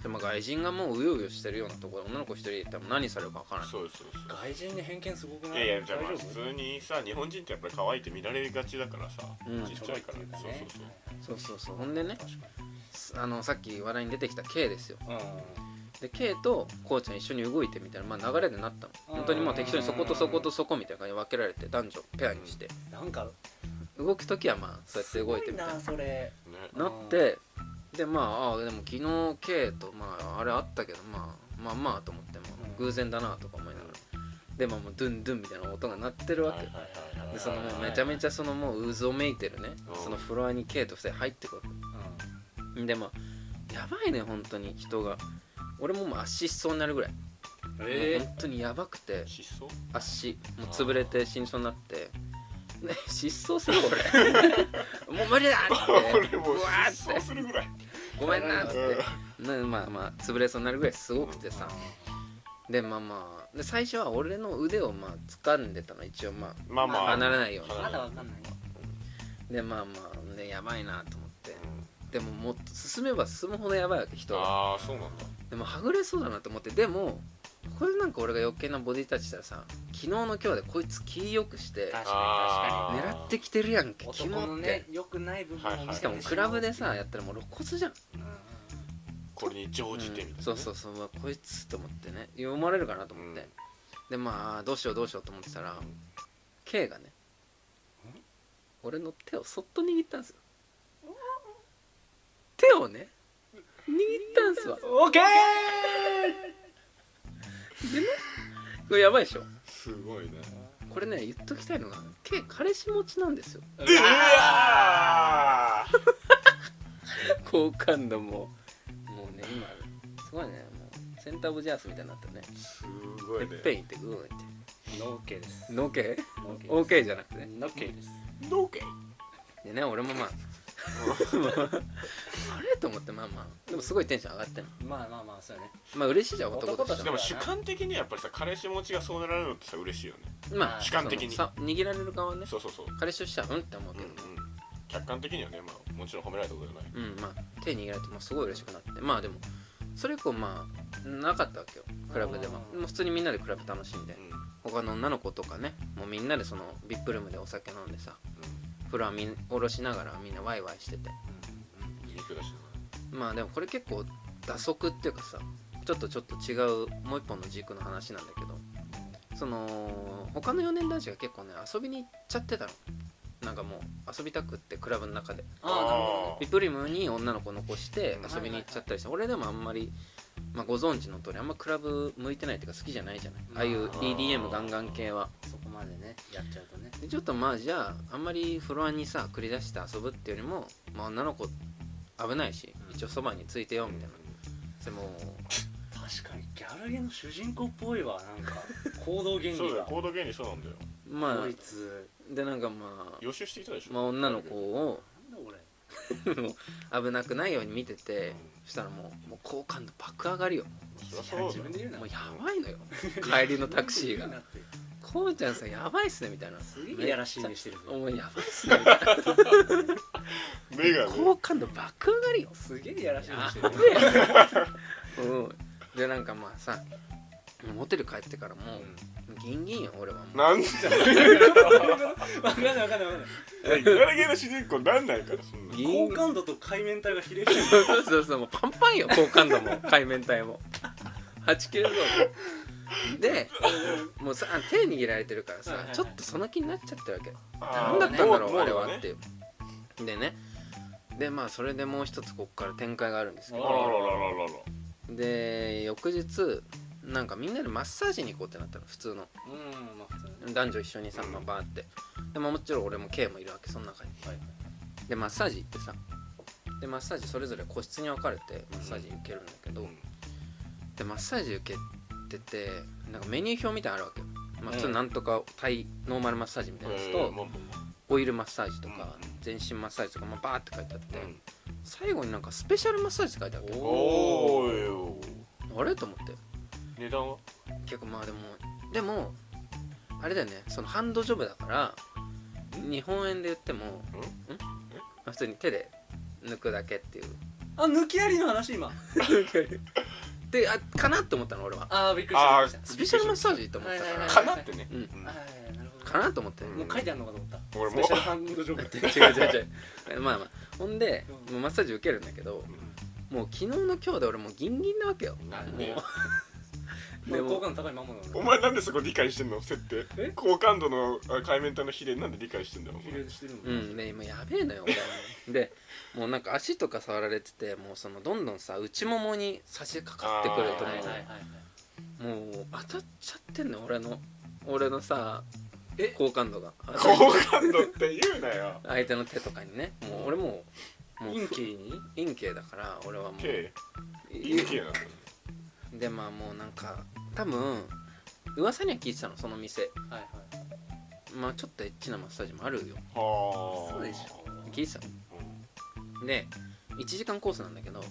Speaker 2: でも外人がもううようよしてるようなところで女の子一人で行ったら何されるか分から
Speaker 4: う
Speaker 2: ない
Speaker 4: そうそうそう
Speaker 3: 外人に偏見すごくない
Speaker 4: いやいやじゃあまあ
Speaker 3: 大
Speaker 4: 普
Speaker 3: 丈夫
Speaker 4: 通にさ日本人ってやっぱり可愛いって見られがちだからさ
Speaker 2: うん
Speaker 4: ちっちゃいからそうそうそう
Speaker 2: そうそうそうほんでね
Speaker 3: 確か
Speaker 2: あのさっき話題に出てきた K ですよ
Speaker 3: にうん
Speaker 2: で K とこうちゃん一緒に動いてみたいな、まあ、流れでなったの
Speaker 3: うん
Speaker 2: 本当にもう適当にそことそことそこみたいな感じで分けられて男女ペアにして
Speaker 3: なんか
Speaker 2: 動く時はまあそうやって動いてみたい
Speaker 3: すごなそれ
Speaker 4: ね
Speaker 2: ななってでまあああでも昨日 K とまああれあったけど、まあ、まあまあと思っても
Speaker 3: うん
Speaker 2: 偶然だなとか思いながらでまあもうドゥンドゥンみたいな音が鳴ってるわけ
Speaker 4: はいはいはい
Speaker 2: でそのもう
Speaker 3: はい
Speaker 2: めちゃめちゃそのもう渦をめいてるね
Speaker 4: うん
Speaker 2: そのフロアに K と2人入ってくる
Speaker 3: うん
Speaker 2: でまあやばいね本当に人が俺ももう圧死しそうになるぐらい、もう
Speaker 3: え
Speaker 2: 本当にやばくて
Speaker 4: 失踪
Speaker 2: 圧死もう潰れて死にそうになってね 失踪する俺 もう無理だって
Speaker 4: 俺もう
Speaker 2: うわ
Speaker 4: 失踪
Speaker 2: ーって
Speaker 4: するぐらい
Speaker 2: ごめんなっつって
Speaker 4: うん
Speaker 2: ねまあまあ潰れそうになるぐらいすごくてさ、でまあまあで最初は俺の腕をまあ掴んでたの一応まあ
Speaker 4: まあまあ
Speaker 2: 離れないよう
Speaker 4: うん
Speaker 3: まだわかんないよ
Speaker 2: にでまあまあねやばいなと思ってでももっと進めば進むほどやばいわけ人が
Speaker 4: ああそうなんだ
Speaker 2: でもはぐれそうだなと思ってでもこれでなんか俺が余計なボディタッチしたらさ昨日の今日でこいつ気よくして
Speaker 3: 確
Speaker 4: あ
Speaker 3: か
Speaker 4: ー
Speaker 2: 狙ってきてるやんけ
Speaker 3: に
Speaker 2: 昨
Speaker 3: 確かに男の
Speaker 2: 日っ
Speaker 3: ね
Speaker 2: て
Speaker 3: 良くない部分を見せて
Speaker 2: しかもクラブでさやったらもう露骨じゃん
Speaker 3: うん
Speaker 4: これに乗じてみたいなね
Speaker 2: そうそうそううわこいつと思ってね読まれるかなと思って、
Speaker 4: うん
Speaker 2: でまあどうしようどうしようと思ってたら K がね俺の手をそっと握ったんですよ手をね握ったんすわ
Speaker 3: オッケー
Speaker 2: これやばいでしょ
Speaker 4: すごいね
Speaker 2: これね言っときたいのが K 彼氏持ちなんですよ
Speaker 3: う
Speaker 4: うわ
Speaker 3: わ
Speaker 4: ー
Speaker 2: 好感度ももうね今すごいねもうセンターオブジャースみたいになってるね
Speaker 4: すご
Speaker 2: て
Speaker 4: い
Speaker 2: っぺん
Speaker 4: ね
Speaker 2: 行ってグーン行って
Speaker 3: ノーケーです
Speaker 2: ノーケ
Speaker 3: ノ
Speaker 2: ーオー
Speaker 3: ーケ
Speaker 2: ケーじゃなくてね
Speaker 3: ーノーケーです
Speaker 4: ノーケイ
Speaker 2: でね俺も まああれと思ってまあまあでもすごいテンション上がってんの
Speaker 3: まあまあまあそうやね
Speaker 2: まあ嬉しいじゃん男とし
Speaker 4: で
Speaker 2: て
Speaker 4: も主観的にやっぱりさ彼氏持ちがそうなられるのってさ嬉しいよね
Speaker 2: まあ
Speaker 4: 主観的に
Speaker 2: そのさ握られる側はね
Speaker 4: そうそうそう
Speaker 2: 彼氏としてはうんって思う
Speaker 4: うん
Speaker 2: け
Speaker 4: う
Speaker 2: ど
Speaker 4: ん客観的にはねまあもちろん褒められたことじゃない
Speaker 2: うん、まあ手握られてもすごい嬉しくなってまあでもそれ以降まあなかったわけよクラブでは
Speaker 3: あー
Speaker 2: もう普通にみんなでクラブ楽しんで
Speaker 4: うん
Speaker 2: 他の女の子とかねもうみんなでそのビップルームでお酒飲んでさ
Speaker 4: う
Speaker 2: フロア見下ろしながらみんなワイワイしてて
Speaker 4: ん肉だし
Speaker 2: まあでもこれ結構打足っていうかさちょっとちょっと違うもう一本の軸の話なんだけどその他の4年男子が結構ね遊びに行っちゃってたのなんかもう遊びたくってクラブの中で
Speaker 3: あーなるほどね
Speaker 2: ビップリムに女の子残して
Speaker 4: うん
Speaker 2: 遊びに行っちゃったりして、俺でもあんまり、まあ、ご存知の通りあんまクラブ向いてないっていうか好きじゃないじゃないああいう
Speaker 3: あ
Speaker 4: ー
Speaker 2: EDM ガンガン系は
Speaker 3: そこまでねやっちゃうとね
Speaker 2: でちょっとまあじゃああんまりフロアにさ繰り出して遊ぶっていうよりも、まあ、女の子危ないし
Speaker 3: うん
Speaker 2: 一応そばについてよみたいな
Speaker 4: な
Speaker 2: でも
Speaker 3: 確かにギャルゲの主人公っぽいわなんか行動原理
Speaker 4: そうだよ
Speaker 3: が
Speaker 4: 行動原理そうなんだよ
Speaker 2: ま
Speaker 3: こい
Speaker 2: あ
Speaker 3: つ
Speaker 2: でなんかまあ
Speaker 4: 予習していたでしょ
Speaker 2: まあ女の子を
Speaker 3: なんだ俺
Speaker 2: 危なくないように見てて
Speaker 4: うん
Speaker 2: そしたらもうもう好感度爆上がりよ
Speaker 4: そりゃそうだ
Speaker 3: 自
Speaker 4: よ
Speaker 3: 分で言うな
Speaker 2: もうやばいのよ帰りのタクシーが 「こうちゃんさんやばいっすね」みたいな
Speaker 3: すげえやらしい目してる
Speaker 2: お
Speaker 3: ぞ
Speaker 2: 前やばいっすねみたいな
Speaker 4: 目がね
Speaker 2: 好感度爆上がりよ
Speaker 3: すげえやらしい目
Speaker 2: や
Speaker 3: してる
Speaker 2: べえうんでなんかまあさホテル帰ってからもギンギンよ俺はもう
Speaker 4: なんで
Speaker 3: わかんないわかんないわかんない
Speaker 4: ガラゲの主人公なんないからそんな
Speaker 2: ギン
Speaker 3: 好
Speaker 2: ギン
Speaker 3: 感度と海面体が比例してる
Speaker 2: そうそうそうそうもうパンパンよ好感度も海面体もはち切れそうでもうさ手握られてるからさ、
Speaker 3: はいはいはい
Speaker 2: ちょっとその気になっちゃってるわけ
Speaker 4: あ
Speaker 2: 何
Speaker 4: ー
Speaker 2: だったんだろう、
Speaker 4: も
Speaker 2: あれは
Speaker 4: もね
Speaker 2: っていうでねでまあそれでもう一つここから展開があるんですけ
Speaker 4: あ
Speaker 3: あ
Speaker 4: らら
Speaker 2: ど
Speaker 4: らららら
Speaker 2: で翌日なんかみんなでマッサージに行こうってなったの普通の
Speaker 3: うんまあ普通に
Speaker 2: 男女一緒にさ、まあ、バーってで、まあ、もちろん俺も K もいるわけその中に
Speaker 3: はい
Speaker 2: でマッサージ行ってさでマッサージそれぞれ個室に分かれてマッサージ受けるんだけど、でマッサージ受けててなんかメニュー表みたいなのあるわけよ、まあ、普通
Speaker 3: うん
Speaker 2: なんとかタイノーマルマッサージみたいなやつと、
Speaker 4: うんうん
Speaker 2: オイルマッサージとか、
Speaker 4: うん
Speaker 2: 全身マッサージとか、まあ、バーって書いてあって、最後になんかスペシャルマッサージって書いてある
Speaker 4: お
Speaker 3: お
Speaker 4: おーよ
Speaker 2: あれと思って
Speaker 4: 値段は
Speaker 2: 結構まあでもでもあれだよねそのハンドジョブだから日本円で言っても
Speaker 4: ん
Speaker 2: んまあ普通に手で抜くだけっていう
Speaker 3: あ抜きありの話今
Speaker 2: であかなって思ったの俺は
Speaker 3: ああびっくりしたびっくりした
Speaker 2: スペシャルマッサージと思ってたから、
Speaker 3: はいはい
Speaker 4: か
Speaker 3: はい
Speaker 4: なってね
Speaker 2: うん
Speaker 4: うん
Speaker 3: はいなるほど
Speaker 2: かなと思って、
Speaker 4: うん
Speaker 3: もう書いてあるのかと思った
Speaker 4: 俺も
Speaker 3: スペシャルハンドジョブって
Speaker 2: 違う違う違うまあまあほんで
Speaker 3: うん
Speaker 2: もうマッサージ受けるんだけどもう昨日の今日で俺もうギンギンなわけよ
Speaker 4: うん
Speaker 3: なん
Speaker 2: も
Speaker 3: で
Speaker 2: う
Speaker 3: ま
Speaker 2: で
Speaker 3: あ好
Speaker 2: も
Speaker 3: 感度高いまんまなの
Speaker 4: お前なんでそこ理解してんの設定
Speaker 3: え
Speaker 4: 好感度のあ海面体の比例なんで理解してんだろ
Speaker 3: 比例してるの
Speaker 2: うんね今やべえのよ 俺でもうなんか足とか触られててもうそのどんどんさ内ももに差し掛かってくる
Speaker 3: はい
Speaker 2: と
Speaker 3: は
Speaker 2: 思
Speaker 3: いうはいはい
Speaker 2: もう当たっちゃってんの俺の俺のさ
Speaker 3: え
Speaker 2: 好感 度が
Speaker 4: 好感度って言うなよ
Speaker 2: 相手の手とかにねもう俺もうもう
Speaker 3: 陰茎に
Speaker 2: 陰茎だから俺はもう
Speaker 4: K
Speaker 2: い
Speaker 4: 陰形なんだ
Speaker 2: でまあもうなんか多分噂には聞いてたのその店
Speaker 3: はいはい
Speaker 2: まあちょっとエッチなマッサージもあるよ
Speaker 4: はあ
Speaker 3: そうでしょ
Speaker 2: 聞いてたので1時間コースなんだけども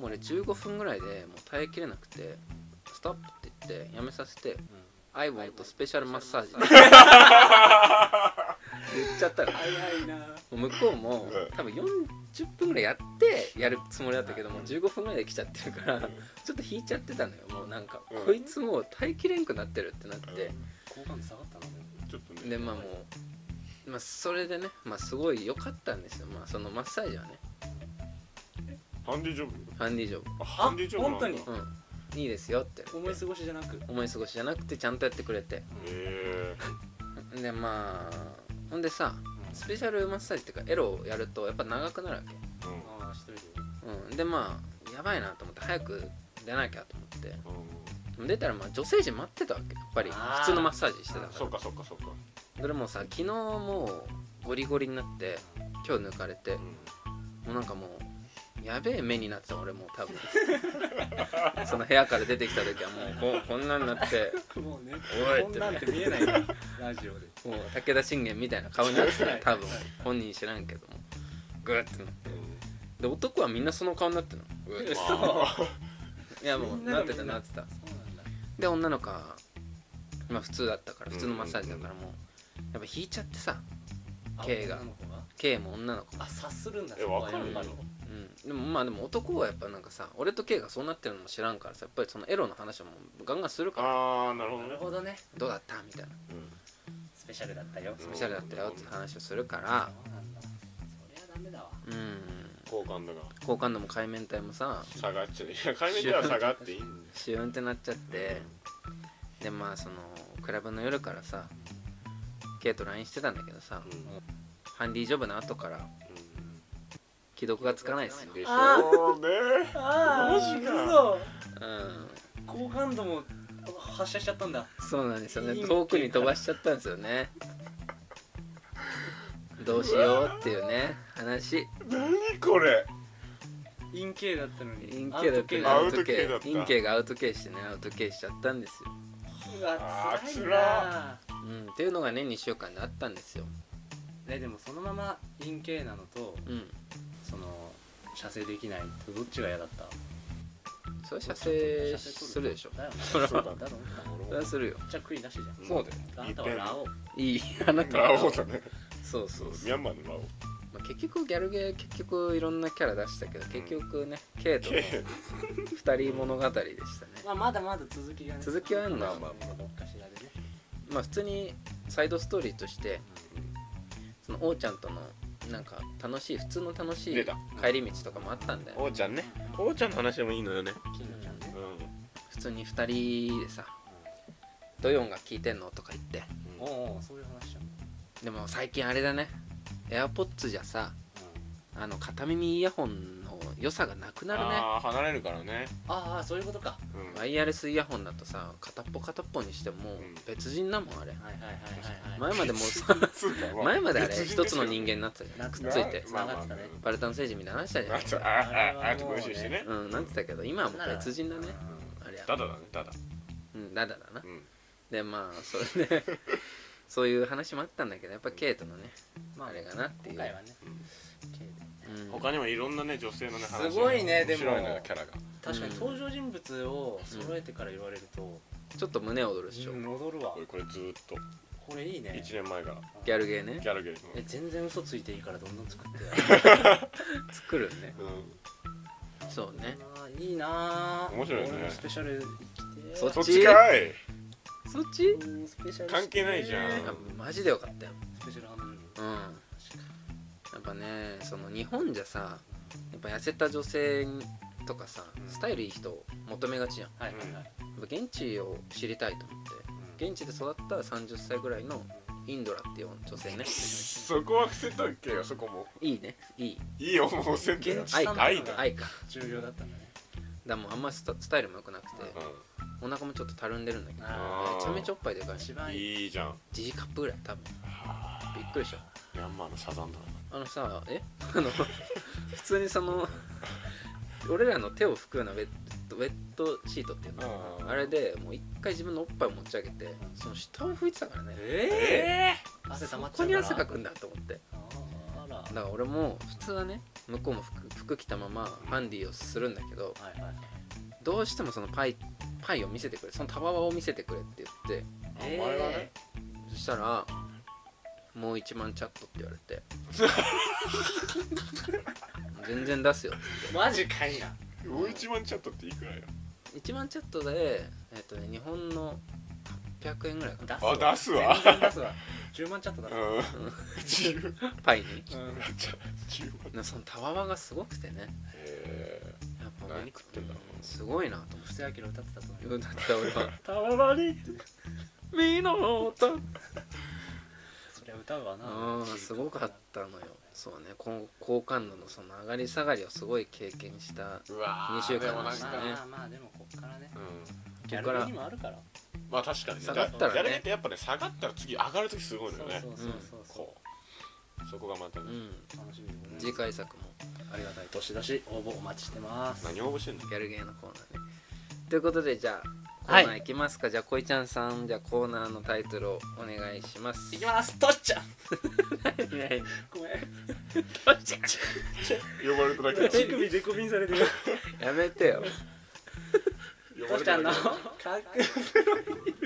Speaker 2: う俺15分ぐらいでもう耐えきれなくてストップって言ってやめさせて「アイボンとスペシャルマッサージ」って言っちゃったのも
Speaker 3: 早いな
Speaker 2: う向こうも
Speaker 4: うん
Speaker 2: 多分40分ぐらいやってやるつもりだったけどもう15分ぐらいで来ちゃってるからちょっと引いちゃってたのよもうなんか
Speaker 4: うん
Speaker 2: こいつもう耐えきれんくなってるってなっ
Speaker 4: う
Speaker 2: て
Speaker 3: 好感度下がったな
Speaker 4: ちょっとね
Speaker 2: でまあもう、まあ、それでね、まあ、すごい良かったんですよ、まあ、そのマッサージはね
Speaker 4: ハンディジョブ
Speaker 2: ハンディジョ
Speaker 4: あハンディジョブなんだ
Speaker 3: 本当
Speaker 4: へ
Speaker 3: に
Speaker 2: ブ、うん、いいですよって
Speaker 3: 思い過ごしじゃなく
Speaker 2: 思い過ごしじゃなくてちゃんとやってくれて
Speaker 4: え
Speaker 2: でまあほんでさスペシャルマッサージっていうかエロをやるとやっぱ長くなるわ
Speaker 4: うん
Speaker 3: ああ一人で
Speaker 2: け、うん、でまあやばいなと思って早く出なきゃと思って
Speaker 4: うん
Speaker 2: 出たらまあ女性陣待ってたわけやっぱり
Speaker 3: あー
Speaker 2: 普通のマッサージしてたから
Speaker 4: そうかそうかそうか
Speaker 2: それもさ昨日もうゴリゴリになって今日抜かれて、
Speaker 4: うん
Speaker 2: もうなんかもうやべえ目になってた俺もう多 分その部屋から出てきた時はもうここんなんなって
Speaker 3: もうね
Speaker 2: おい
Speaker 3: こんなんて見えないよラジオで
Speaker 2: もう武田信玄みたいな顔になってたよ多分本人知らんけどもグーってなってで男はみんなその顔になってるのグーって
Speaker 3: 嘘
Speaker 2: いやも
Speaker 3: みん
Speaker 2: う
Speaker 3: なが
Speaker 2: なっ
Speaker 3: み
Speaker 2: て
Speaker 3: ん
Speaker 2: た
Speaker 3: な
Speaker 2: なってた
Speaker 3: そうなんだ
Speaker 2: で女の子はまあ普通だったから普通のマッサージだから
Speaker 4: う
Speaker 2: もうやっぱ引いちゃってさ
Speaker 3: あ
Speaker 2: 毛が
Speaker 3: 女の子が
Speaker 2: K も女の子も
Speaker 3: あ察するんだ
Speaker 4: え
Speaker 3: そこは
Speaker 4: わかるよ
Speaker 3: やっぱり
Speaker 2: うんでもまあでも男はやっぱなんかさ俺と K がそうなってるのも知らんからさやっぱりそのエロの話もガンガンするから
Speaker 4: ああなるほど
Speaker 3: な
Speaker 4: ね
Speaker 3: るほどね
Speaker 2: どうだったみたいな
Speaker 3: スペシャルだったよ
Speaker 2: スペシャルだったよっていう話をするから
Speaker 3: そうなんだそりゃダメだわ
Speaker 2: うん
Speaker 4: 好感度が
Speaker 2: 好感度も海面体もさ
Speaker 4: 下がっちゃういや海面では下がっていいん
Speaker 2: シューンってなっちゃってでまあそのクラブの夜からさケイと LINE してたんだけどさ
Speaker 4: だよ
Speaker 2: ハンディジョブの後から
Speaker 4: うん
Speaker 2: 既読がつかないですよ
Speaker 4: でし
Speaker 3: あ
Speaker 4: ょうね
Speaker 3: あ
Speaker 4: マ
Speaker 3: マ
Speaker 4: ジ
Speaker 3: ジ
Speaker 4: か
Speaker 3: か
Speaker 2: うん
Speaker 3: 好感度も発射しちゃったんだ
Speaker 2: そうなんですよ
Speaker 3: いい
Speaker 2: ね
Speaker 3: ね
Speaker 2: 遠くに飛ばしちゃったんですよねどうしようっていうね話
Speaker 4: 何これ
Speaker 3: 陰茎だったのに
Speaker 2: 陰形だったね
Speaker 4: ア
Speaker 2: ア
Speaker 4: ウ
Speaker 2: ウ
Speaker 4: ト
Speaker 2: ト
Speaker 4: 系
Speaker 2: 系
Speaker 4: だった
Speaker 2: 陰形がアウト系してねアウト系しちゃったんですよ
Speaker 3: うわ
Speaker 4: あー
Speaker 3: つらいな
Speaker 2: うんっていうのがね2週間であったんですよ
Speaker 3: ねでもそのまま陰茎なのと
Speaker 2: うん
Speaker 3: その射精できないとどっちが嫌だった
Speaker 2: それは射精するでしょ
Speaker 3: だよね
Speaker 2: そら
Speaker 3: そうだだろ
Speaker 2: そ
Speaker 3: うな
Speaker 2: れはするよ
Speaker 3: じゃあ悔いなしじゃ
Speaker 4: うんん
Speaker 2: そうだよ
Speaker 3: あなたはラオウ
Speaker 2: いいあなた
Speaker 4: ラオウ
Speaker 2: は
Speaker 4: だね
Speaker 2: そうそう
Speaker 4: ミャンマーのラオウ
Speaker 2: まあ、結局ギャルゲー結局いろんなキャラ出したけど結局ね、ケイとの
Speaker 4: ケ
Speaker 2: 二人物語でしたね
Speaker 3: まあ、まだまだ続きがね
Speaker 2: 続きはあんの
Speaker 3: まあまあまあどっかしらでね
Speaker 2: まあ普通にサイドストーリーとしてその王ちゃんとのなんか楽しい普通の楽し
Speaker 4: 出
Speaker 2: い
Speaker 4: た
Speaker 2: 帰り道とかもあったんだよ
Speaker 4: おうちゃんねおうちゃんの話でもいいのよね
Speaker 3: 金ちゃんね
Speaker 4: う
Speaker 2: 普通に二人でさ「ドヨンが聞いてんの?」とか言って
Speaker 4: ん
Speaker 3: おうおうそういう話じゃん
Speaker 2: でも最近あれだね AirPods じゃさ
Speaker 3: うん
Speaker 2: あの片耳イヤホンの良さがなくなるね
Speaker 4: ああ離れるからね
Speaker 3: ああそういうことか
Speaker 4: うん
Speaker 2: ワイヤレスイヤホンだとさ片っぽ片っぽにしても
Speaker 4: ん
Speaker 2: 別人だもんあれ
Speaker 3: はいはいはいはいはい
Speaker 2: 前までもうさ
Speaker 4: つうかまあ
Speaker 2: 前まであれ
Speaker 4: 別人
Speaker 2: 一
Speaker 4: で
Speaker 2: つ
Speaker 4: すよ
Speaker 2: の人間になってたじゃんくっ
Speaker 3: な
Speaker 2: ついて
Speaker 3: まあまあまあ
Speaker 2: バルタン星人みたいな話したじゃ
Speaker 4: あ
Speaker 2: ん
Speaker 4: ちょああああとご一緒してね
Speaker 2: うんなってたけど今はもう別人だねあれは
Speaker 4: ダダだねダダ
Speaker 2: うんだだだな
Speaker 4: うん
Speaker 2: でまあそれ でそういう話もあったんだけどやっぱケイトのねあれがなってい
Speaker 3: 今
Speaker 2: う
Speaker 3: 回はね
Speaker 2: うん
Speaker 4: 他にもいろんなね女性のね話が
Speaker 3: すごいね
Speaker 4: 面白い
Speaker 3: で
Speaker 4: の
Speaker 3: も
Speaker 4: よキャラが
Speaker 3: 確かに登場人物を揃えてから言われると
Speaker 2: ちょっと胸躍るでしょ
Speaker 3: 戻るわ
Speaker 4: これこれずーっと
Speaker 3: これいいね
Speaker 4: 1年前から
Speaker 2: ギャルゲーね
Speaker 4: ギャルゲー
Speaker 3: え全然嘘ついていいからどんどん作って
Speaker 2: 作るね
Speaker 4: うん
Speaker 2: そうね
Speaker 3: あーいいなー
Speaker 4: 面白いね
Speaker 3: 俺もスペシャル行きてー
Speaker 2: そっ
Speaker 4: そっちかい
Speaker 2: そっち
Speaker 3: うんスペシャル
Speaker 4: 関係ないじゃん
Speaker 2: いやマジでよかったよ
Speaker 3: スペシャルハン
Speaker 2: うんやっぱねその日本じゃさやっぱ痩せた女性とかさ
Speaker 3: うん
Speaker 2: スタイルいい人を求めがちやんや
Speaker 3: はいはいはい
Speaker 2: っぱ現地を知りたいと思って現地で育った30歳ぐらいのインドラっていう女性ね
Speaker 4: そこは伏せとけよそこも
Speaker 2: いいねいい
Speaker 4: いいよもう伏せてよ
Speaker 3: 現地
Speaker 2: 愛か
Speaker 4: 愛だ
Speaker 2: 愛か
Speaker 3: 重要だったんだね
Speaker 2: だからもうあんまスタスタイルも良くなくてお腹もちょっとたるんでるんだけど
Speaker 4: ー
Speaker 3: あ
Speaker 2: めちゃめちゃおっぱいでかい
Speaker 4: う
Speaker 2: し
Speaker 3: 一
Speaker 4: ん
Speaker 3: 番いい
Speaker 4: いいじゃん
Speaker 2: ジカップぐらい多分びっくりでしょ
Speaker 4: ミャンマーのサザンだな
Speaker 2: あのさえ あの普通にその俺らの手を拭くようなウェットウェットシートっていうの
Speaker 4: うん
Speaker 2: あれでもう一回自分のおっぱいを持ち上げてその下を拭いてたからね
Speaker 3: えー汗溜まっ
Speaker 2: こ
Speaker 3: ち
Speaker 2: こ
Speaker 3: ゃう
Speaker 2: に
Speaker 3: から
Speaker 2: 汗かくんだと思って
Speaker 3: あーら
Speaker 2: だから俺も普通はね向こうも服服着たままハンディをするんだけど
Speaker 3: はいはい
Speaker 2: どうしてもそのパイパイを見せてくれそのたわわを見せてくれって言って
Speaker 4: お前はね
Speaker 2: そしたらもう1万チャットって言われ て全然出すよ
Speaker 3: マジかいな
Speaker 4: もう一番チャットっていくらよ
Speaker 2: 1万チャットで、えっとね、日本の800円ぐらいかな
Speaker 3: 出す
Speaker 4: あ出すわ
Speaker 3: 全然出すわ10万チャットだ な
Speaker 4: うん自由
Speaker 2: パイに
Speaker 3: うん
Speaker 4: チャ自由
Speaker 2: なそのたわわがすごくてね
Speaker 4: へ
Speaker 2: やっぱ
Speaker 4: 何食ってんだろう
Speaker 2: すごいなと
Speaker 3: 布施明歌ってたと思うよ
Speaker 2: 思ってだって俺 は
Speaker 3: たまにって
Speaker 2: 「みの音」
Speaker 3: そりゃ歌うわな
Speaker 2: うんすごかったのよそうねこう好感度のその上がり下がりをすごい経験した
Speaker 4: うわー
Speaker 2: 二週間
Speaker 4: でも
Speaker 3: ま
Speaker 4: な
Speaker 3: あ
Speaker 4: んか
Speaker 2: ね
Speaker 3: まあまあでもこっからね
Speaker 4: うん
Speaker 3: ギャルゲにもあるから
Speaker 4: まあ確かにね
Speaker 2: 下がったらね
Speaker 4: やれってやっぱね下がったら次上がるときすごいのよね
Speaker 3: そうそうそうそう
Speaker 4: こうそこがまた
Speaker 2: う
Speaker 4: ね
Speaker 2: ん
Speaker 3: 楽しみでございます
Speaker 2: 次回作も
Speaker 3: ありがたい年だし応募お待ちしてます
Speaker 4: 何応募してんの
Speaker 2: ギャルゲーのコーナーねということでじゃあコ
Speaker 3: は
Speaker 2: ー
Speaker 3: い
Speaker 2: ナーいきますか、じゃあこいちゃんさんじゃあコーナーのタイトルをお願いします
Speaker 3: いきますとっちゃん
Speaker 2: ね
Speaker 3: ごめん
Speaker 4: 呼ばれただけだ
Speaker 3: 手首デコピンされてる
Speaker 2: やめてよ
Speaker 4: 呼
Speaker 3: と
Speaker 4: ば
Speaker 3: っ
Speaker 4: れ
Speaker 3: ちゃん
Speaker 4: ただ
Speaker 3: のか
Speaker 4: けだ
Speaker 3: っこいい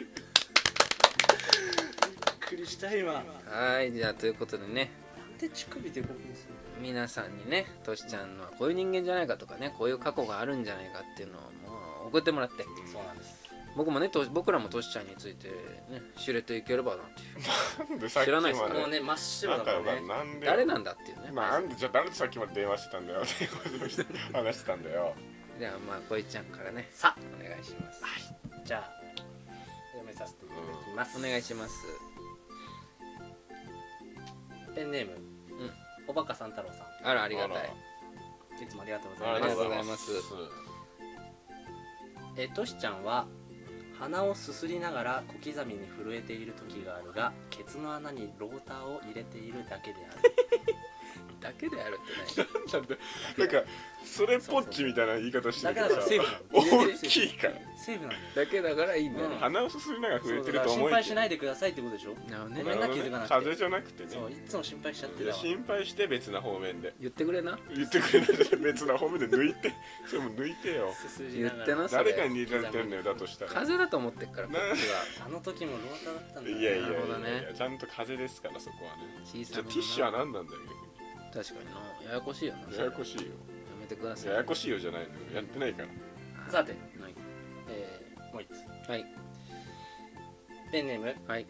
Speaker 3: びっくりした今な
Speaker 2: はいじゃあということでね
Speaker 3: んで乳首デコピンするの
Speaker 2: 皆さんにねトシちゃんのはこういう人間じゃないかとかねこういう過去があるんじゃないかっていうのをもう送ってもらって
Speaker 3: そうなんです
Speaker 2: 僕もねと僕らもトシちゃんについて、ね、知れていければなっていう
Speaker 4: なんでさっき
Speaker 2: 知ら
Speaker 4: ま
Speaker 2: ない
Speaker 4: で
Speaker 2: っすか
Speaker 3: もうね真っ白
Speaker 4: なん
Speaker 3: だか
Speaker 4: からよかった
Speaker 3: ね
Speaker 4: なんで
Speaker 2: 誰なんだっていうね
Speaker 4: なんでじゃあ誰とさっきまで電話してたんだよっていうことを話してたんだよ
Speaker 2: ではまあこいちゃんからね
Speaker 3: さ
Speaker 2: お願いします
Speaker 3: あじゃあ読めさせていただきます
Speaker 2: お願いします
Speaker 3: ペンネーム、
Speaker 2: うん
Speaker 3: おばかさん太郎さ
Speaker 2: あらありがたい
Speaker 4: あら
Speaker 3: んいつもありがとうご
Speaker 4: あ
Speaker 3: ざい
Speaker 4: りがと
Speaker 3: ます
Speaker 4: うございます
Speaker 2: ありがと
Speaker 3: えーとしちゃんは鼻をすすりながら小刻みに震えている時があるがケツの穴にローターを入れているだけであ る
Speaker 2: だけであるってね
Speaker 4: なんでなんかそれぽっちみたいな言い方して
Speaker 3: だ
Speaker 4: るけ
Speaker 3: から
Speaker 4: どさ
Speaker 3: セーフなの
Speaker 4: 大きいから
Speaker 3: セーフなのよ
Speaker 2: だけだからいいんだよ、
Speaker 3: う
Speaker 4: 鼻をすすりながら
Speaker 3: そ
Speaker 4: 震え
Speaker 3: う
Speaker 4: て
Speaker 3: だ
Speaker 4: る
Speaker 3: から
Speaker 4: と思
Speaker 3: 心
Speaker 4: い
Speaker 3: 配
Speaker 4: き
Speaker 3: し
Speaker 4: や
Speaker 3: ないでくださいってことでしょ
Speaker 2: なるほど
Speaker 3: ご
Speaker 2: ね
Speaker 3: めんな気
Speaker 4: るほ
Speaker 3: づかなくて
Speaker 4: どね風邪じゃなくてね
Speaker 3: そういつも心配しちゃって
Speaker 4: い
Speaker 3: た
Speaker 4: や
Speaker 3: わ
Speaker 4: 心配して別な方面で
Speaker 2: 言ってくれな
Speaker 4: 言ってくれないじゃん別な方面で抜いてそれも抜いてよ
Speaker 3: すすり
Speaker 2: 言
Speaker 3: なが
Speaker 2: って
Speaker 3: ら
Speaker 2: なそ
Speaker 4: 誰
Speaker 2: れ
Speaker 4: かに入れられてるんだよだとしたら
Speaker 2: 風邪だと思ってっからこ
Speaker 4: な
Speaker 2: っちは
Speaker 3: あの時もローターだったん
Speaker 4: い
Speaker 3: だ
Speaker 4: やいやいや
Speaker 2: なるほど
Speaker 4: い
Speaker 2: ね
Speaker 4: やちゃんと風邪ですからそこはね
Speaker 2: 小さ
Speaker 4: じゃ
Speaker 2: な
Speaker 4: あ
Speaker 2: もの
Speaker 4: ティッシュは何なんだよ
Speaker 2: 確かになややこしいよなそれ
Speaker 4: ややこしいよ
Speaker 2: やめてください
Speaker 4: ややこしいよじゃないのよやってないから
Speaker 3: さて
Speaker 2: はいえ
Speaker 3: もう一つ
Speaker 2: ーはい
Speaker 3: ペンネーム
Speaker 2: はい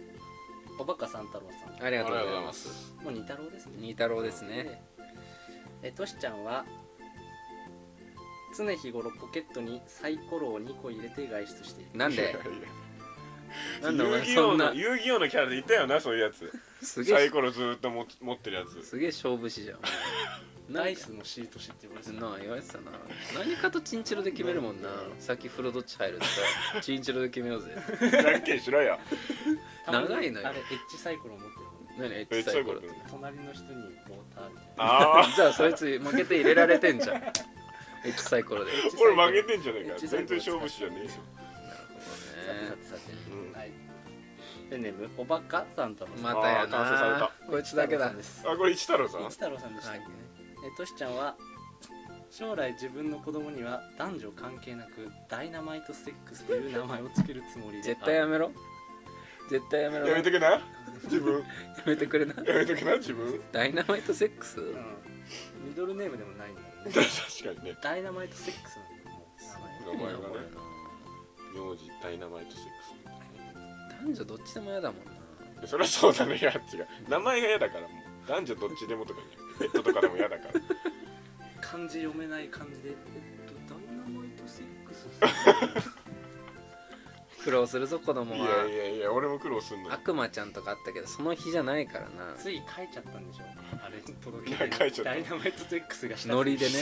Speaker 3: おばか三太郎さん
Speaker 2: ありが
Speaker 4: ありがと
Speaker 2: とうござい
Speaker 4: うござい
Speaker 2: ま
Speaker 4: ますす
Speaker 3: もう二太郎ですね
Speaker 2: 新太郎ですね
Speaker 3: えとしちゃんは常日頃ポケットにサイコロを2個入れて外出している
Speaker 2: なん
Speaker 4: いやい
Speaker 2: で
Speaker 4: や
Speaker 2: なんでお前
Speaker 4: 遊戯
Speaker 2: そ
Speaker 4: 王
Speaker 2: んな
Speaker 4: の遊戯王のキャラでいたよなそういうやつ
Speaker 2: すげ
Speaker 4: サイ
Speaker 2: え
Speaker 4: コロずーっとも持ってるやつ
Speaker 2: すげえ勝負師じゃん
Speaker 3: ダ
Speaker 2: 何
Speaker 3: イスのシート知ってます
Speaker 2: なあ言われてたな何かとチンチロで決めるもんなさっき風呂どっち入るってさチンチロで決めようぜ
Speaker 4: じゃんけんしろよ
Speaker 2: 長いのよ
Speaker 3: あれエッジサイコロ持ってるもんね
Speaker 2: 何エッ
Speaker 4: えそ
Speaker 2: チ
Speaker 4: う
Speaker 2: サ
Speaker 4: い
Speaker 2: イ
Speaker 4: う
Speaker 2: コ
Speaker 4: こ
Speaker 2: ロ
Speaker 4: と
Speaker 2: って
Speaker 3: 隣の人にボーターみたいな
Speaker 4: ああ
Speaker 2: じゃあそいつ負けて入れられてんじゃんエッチサイコロで
Speaker 3: エッジサイコロ
Speaker 4: 俺負けてんじゃねえか
Speaker 3: エッジサイ
Speaker 4: 全
Speaker 3: コ
Speaker 4: 然
Speaker 3: ロ
Speaker 4: 勝負師じゃねえよ
Speaker 3: さてさてさて、はいペンネームおばかさんとの
Speaker 2: またや
Speaker 4: あー完成さ
Speaker 2: なこいつだけだ
Speaker 3: です
Speaker 4: あこれ一太郎さん
Speaker 3: 一太郎さんでしたっけねえとしちゃんは将来自分の子供には男女関係なくダイナマイトセックスという名前をつけるつもりで
Speaker 2: 絶対やめろ絶対やめろ
Speaker 4: やめてくな自分
Speaker 2: やめてくれな
Speaker 4: やめてくな自分
Speaker 2: ダイナマイトセックス
Speaker 3: うんミドルネームでもないんだよね
Speaker 4: 確かにね
Speaker 3: ダイナマイトセックスなんだよもう
Speaker 4: 名前がね
Speaker 2: これな
Speaker 4: 名字ダイナマイトセック
Speaker 2: 男女どっちでも嫌だもんな
Speaker 4: スそりゃそうだねいや違う名前が嫌だからもう男女どっちでもとかにペットとかでも嫌だから
Speaker 3: 漢字読めない漢字でえっとダイナマイトセックス
Speaker 2: 苦労するぞ子供
Speaker 4: い
Speaker 2: は
Speaker 4: やいやいや俺も苦労すんのよ
Speaker 2: 悪魔ちゃんとかあったけどその日じゃないからな
Speaker 3: つい書いちゃったんでしょあれ届
Speaker 4: いや
Speaker 3: け
Speaker 4: 書いちゃった
Speaker 3: ダイナマイトセックスがした
Speaker 2: ノリでね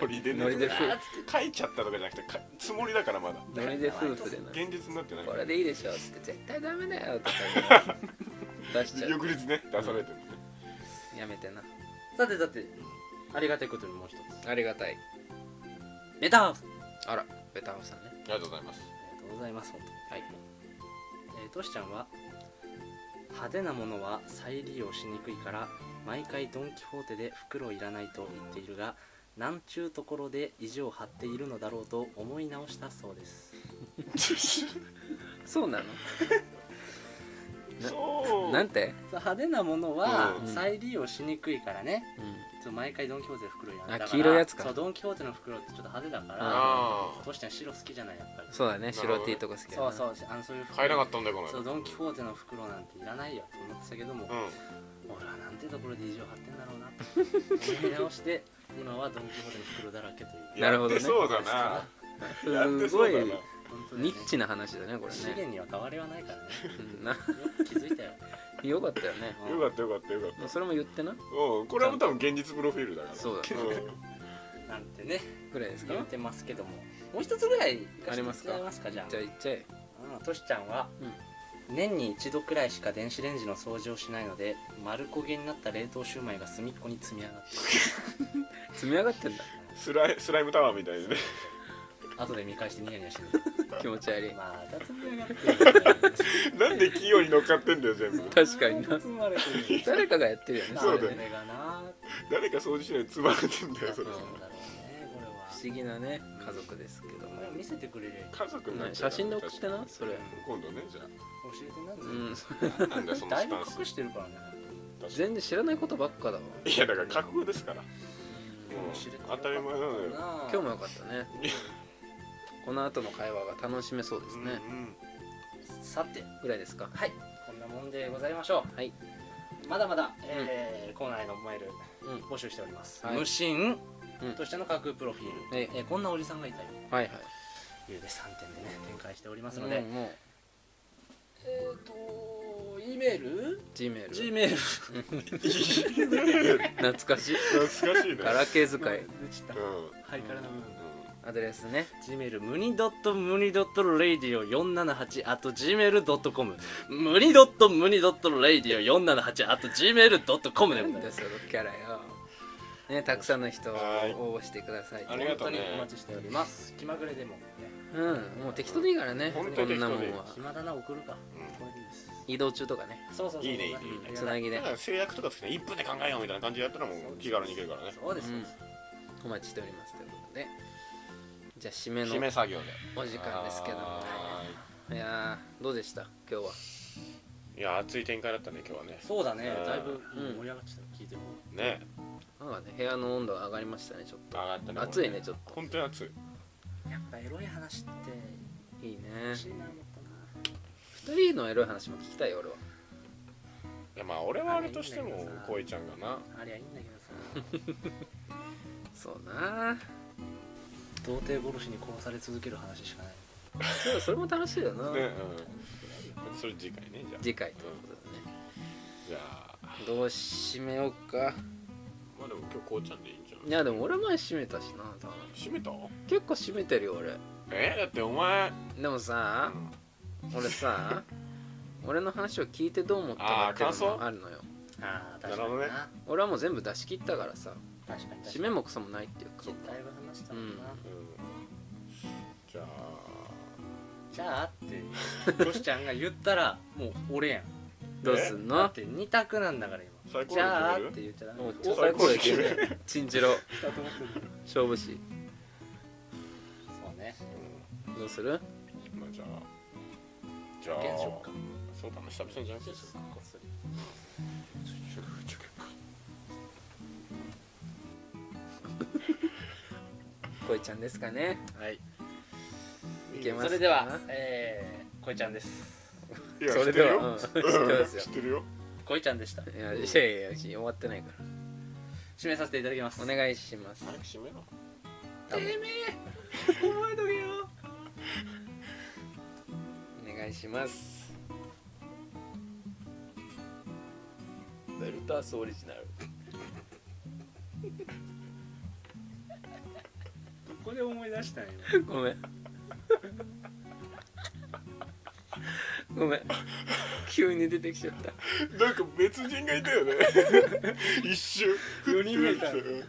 Speaker 4: ノリでね
Speaker 2: ノリで
Speaker 4: あーっつって書いちゃったとかじゃなくてかつもりだからまだ
Speaker 2: ノリで夫婦でな
Speaker 4: 現実になってない
Speaker 2: こ
Speaker 4: か
Speaker 2: れ
Speaker 4: ら
Speaker 2: でいいでしょっつって絶対ダメだよとか言 う出しちゃう
Speaker 4: 翌日ね出されてるね
Speaker 2: やめてな
Speaker 3: さてさてありがたいことにもう一つ
Speaker 2: ありがたい
Speaker 3: メタハウス
Speaker 2: あらベタハウスさんね
Speaker 4: ありがとうございます
Speaker 3: ありがとうございます本当に
Speaker 2: はい
Speaker 3: えー、トシちゃんは派手なものは再利用しにくいから毎回ドン・キホーテで袋いらないと言っているがなんちゅうところで意地を張っているのだろうと思い直したそうです
Speaker 2: そうなな
Speaker 4: そ
Speaker 2: の
Speaker 4: う
Speaker 2: なんて、
Speaker 3: そう派手なものは
Speaker 2: うん
Speaker 3: 再利用しにくいからね、
Speaker 2: う
Speaker 3: そう毎回ドン・キホーテで袋いらない
Speaker 2: あ
Speaker 3: だから
Speaker 2: 黄色いやつか
Speaker 3: そうドン・キホーテの袋ってちょっと派手だか
Speaker 4: あ
Speaker 3: ら
Speaker 4: あ
Speaker 3: トシちゃん白好きじゃないやっぱり
Speaker 2: ん、そうだね
Speaker 4: なるほど
Speaker 2: 白 T とか好きや
Speaker 3: そう
Speaker 2: な
Speaker 3: そううあのそういう袋
Speaker 4: 買えなかったんだよこの間
Speaker 3: そうドン・キホーテの袋なんていらないよと思ってたけども、
Speaker 4: うん
Speaker 3: 俺はなんてところで意地を張ってんだろうなと思い直して 今はドン・キホーテの袋だらけという
Speaker 2: なるほどね
Speaker 4: やってそうだなやって
Speaker 2: すご
Speaker 4: そう
Speaker 2: い
Speaker 4: だな
Speaker 3: 本当だよね
Speaker 2: ニッチな話だねこれ
Speaker 3: 資源
Speaker 2: ね
Speaker 3: には変わりはないから ね
Speaker 2: うんな
Speaker 3: よく気づいたよ
Speaker 2: よかったよね
Speaker 4: よかったよかったよかっ
Speaker 2: それも言ってな
Speaker 4: たうんこれはもう多分現実プロフィールだから
Speaker 2: そうだね
Speaker 4: ん
Speaker 3: なんてね
Speaker 2: ぐらいですか
Speaker 3: 言ってますけどももう一つぐらいい
Speaker 2: あ
Speaker 3: かせて
Speaker 2: り
Speaker 3: も
Speaker 2: ますから
Speaker 3: いますかじゃ
Speaker 2: じゃあいっちゃえ
Speaker 3: あうんとしちゃんは、年に一度くらいしか電子レンジの掃除をしないので丸焦げになった冷凍シュウマイが隅っこに積み上がっている
Speaker 2: 積み上がってんだ
Speaker 4: スライスライムタワーみたいにね
Speaker 3: 後で見返してニヤニヤしてる
Speaker 2: 気持ち悪 い
Speaker 3: また積み上がってる
Speaker 4: なんで器用に乗っかってんだよ全部
Speaker 2: 確かに
Speaker 3: ま
Speaker 2: な
Speaker 3: た積まれてる
Speaker 2: 誰かがやってるよね
Speaker 4: そうだよ
Speaker 2: れ
Speaker 3: ね。がなーって
Speaker 4: 誰か掃除しないでつまれてんだよ
Speaker 3: なって
Speaker 4: そ
Speaker 3: る
Speaker 4: れ
Speaker 3: んだろうね、これは。
Speaker 2: 不思議なね家族ですけど
Speaker 3: こ
Speaker 2: も
Speaker 3: れを見せてくれるよ。
Speaker 4: 家族になっ
Speaker 2: ね
Speaker 4: ちゃう
Speaker 2: 写真で送って
Speaker 4: 確か
Speaker 2: なそれ
Speaker 4: に今度ねじゃ
Speaker 3: 教えてなん
Speaker 2: う
Speaker 3: で、
Speaker 2: ん
Speaker 4: あなんだよその
Speaker 3: だい
Speaker 4: ス
Speaker 3: ぶ
Speaker 4: タン ス
Speaker 3: 隠してるからね。
Speaker 4: 確か
Speaker 2: 全然知らないことばっかだわ
Speaker 4: にいやだから架空ですから
Speaker 3: 今
Speaker 4: うん
Speaker 3: 日知れてよか
Speaker 4: 当
Speaker 3: った
Speaker 4: たり前なのよ
Speaker 3: な
Speaker 2: 今日もよかったね
Speaker 4: いや
Speaker 2: この後の会話が楽しめそうです
Speaker 4: うん
Speaker 2: ね
Speaker 3: さて、
Speaker 2: ぐらいですか
Speaker 3: はい、こんなもんでございましょ。
Speaker 2: はいう
Speaker 3: まだまだ、えーコーナーへのメール
Speaker 2: うん
Speaker 3: 募集しております。
Speaker 2: はい
Speaker 3: 無心
Speaker 2: うん
Speaker 3: としての架空プロフィール。
Speaker 2: ええ
Speaker 3: えーこんなおじさんがいたよ
Speaker 2: はい
Speaker 3: というで3点でね展開しております
Speaker 2: は
Speaker 3: の
Speaker 2: い
Speaker 3: で、
Speaker 2: うんもう
Speaker 3: えっ、と E メール
Speaker 2: G メール
Speaker 3: G メール
Speaker 2: 懐かしい
Speaker 4: 懐かしいね
Speaker 2: ガラケー使い
Speaker 3: でした
Speaker 4: うんうん
Speaker 3: ハイカラな部分
Speaker 2: アドレスね
Speaker 3: Gmail ムニドットムニドットレイディオ478 at gmail.com ムニドットムニドットレイディオ478 at gmail.com で
Speaker 2: な
Speaker 3: ご
Speaker 2: ん
Speaker 3: ざいま
Speaker 2: だ
Speaker 3: す
Speaker 2: そのキャラよねたくさんの人を応募してください
Speaker 4: ありがとうね
Speaker 3: 本当にお待ちしております気まぐれでも、ね、
Speaker 2: うんもう適当でいいからねこ
Speaker 4: 本
Speaker 3: 当に
Speaker 2: んなもん
Speaker 4: 適当
Speaker 2: は
Speaker 3: 暇だな送る
Speaker 4: う
Speaker 3: か、
Speaker 4: ん
Speaker 3: これでいいです
Speaker 2: 移動中とかね
Speaker 3: そうそうそう
Speaker 4: い
Speaker 3: い
Speaker 4: いねいいね
Speaker 2: うんつなぎで
Speaker 4: だから制約とかつけて1分で考えようみたいな感じでやったらもう気軽にいけるからね
Speaker 3: そうですそうです、
Speaker 2: お待ちしておりますということでじゃあ締め
Speaker 4: 締
Speaker 2: の
Speaker 4: め作業で
Speaker 2: お時間ですけども
Speaker 4: はーい
Speaker 2: いやーどうでした今日は
Speaker 4: いや熱い展開だったね今日はね
Speaker 3: そうだね
Speaker 4: うん
Speaker 3: だいぶ
Speaker 2: うん
Speaker 3: 盛り上がっちゃった聞いても
Speaker 4: ね
Speaker 2: なんかね部屋の温度が上がりましたねちょっ
Speaker 4: 上がったね
Speaker 2: と暑いねちょっ
Speaker 4: 本当に暑い
Speaker 3: やっぱエロい話って
Speaker 2: といいね
Speaker 3: 欲しいなもっとな
Speaker 2: 2人のエロい話も聞きたいよ俺はい
Speaker 4: やまあ俺はあれとしても
Speaker 3: あ
Speaker 4: こいちゃんがな
Speaker 3: ありゃいいんだけどさ
Speaker 2: そうな
Speaker 3: 童貞殺しに殺され続ける話しかない
Speaker 2: でもそれも楽しいよな、
Speaker 4: ねうんそれ次回ねじゃあ
Speaker 2: 次回ということでね
Speaker 4: じゃあ
Speaker 2: どう締めようか
Speaker 4: まあでも今日こうちゃんでいいんじゃ
Speaker 2: い
Speaker 4: ない
Speaker 2: やでも俺前締めたしな多分
Speaker 4: 閉めた
Speaker 2: 結構締めてるよ俺
Speaker 4: えだってお前
Speaker 2: でもさ
Speaker 4: うん
Speaker 2: 俺さ 俺の話を聞いてどう思ったかっていう
Speaker 4: あー感
Speaker 2: のも
Speaker 4: 想
Speaker 2: あるのよ
Speaker 3: あ
Speaker 4: な
Speaker 3: あ
Speaker 4: るほどね
Speaker 2: 俺はもう全部出し切ったからさ
Speaker 3: 確かに
Speaker 2: 締めもクソもないっていうか
Speaker 3: だいぶ話したもんな、
Speaker 2: う
Speaker 4: じゃあ
Speaker 3: じゃあってトシちゃんが言ったらもう俺やん
Speaker 2: どうすん
Speaker 3: だ
Speaker 2: の
Speaker 3: って二択なんだから今
Speaker 4: 最高
Speaker 3: じゃあっ
Speaker 4: 決める
Speaker 3: て言っちゃダメ
Speaker 2: も
Speaker 4: お
Speaker 2: う最高で
Speaker 4: 最
Speaker 2: 決
Speaker 4: 高
Speaker 2: め
Speaker 4: で
Speaker 2: るチンジロ
Speaker 3: 二択持ってる
Speaker 2: 勝負師
Speaker 3: そうね
Speaker 2: どうする
Speaker 4: うんまあじゃあじゃあ
Speaker 3: じゃんけんしようか
Speaker 4: そうだね久々にじゃんけんしようか
Speaker 3: こっそり
Speaker 2: こいちゃんですかね
Speaker 3: はい
Speaker 2: いけますか
Speaker 3: それではえー、こいちゃんです
Speaker 4: いや
Speaker 2: それではうん知ってますよ
Speaker 4: 知ってるよ
Speaker 3: こいちゃんでした
Speaker 2: いやいやいやいや終わってないから
Speaker 3: 締めさせていただきます
Speaker 2: お願いします
Speaker 4: 早く閉めろ
Speaker 3: 多分
Speaker 2: 覚えとけよお願いします
Speaker 5: ベルタースオリジナル
Speaker 3: どこで思い出したんよ
Speaker 2: ごめんごめん急に出てきちゃった
Speaker 4: なんか別人がいたよ ね一瞬
Speaker 3: 四人目いた
Speaker 4: ふって出てきよ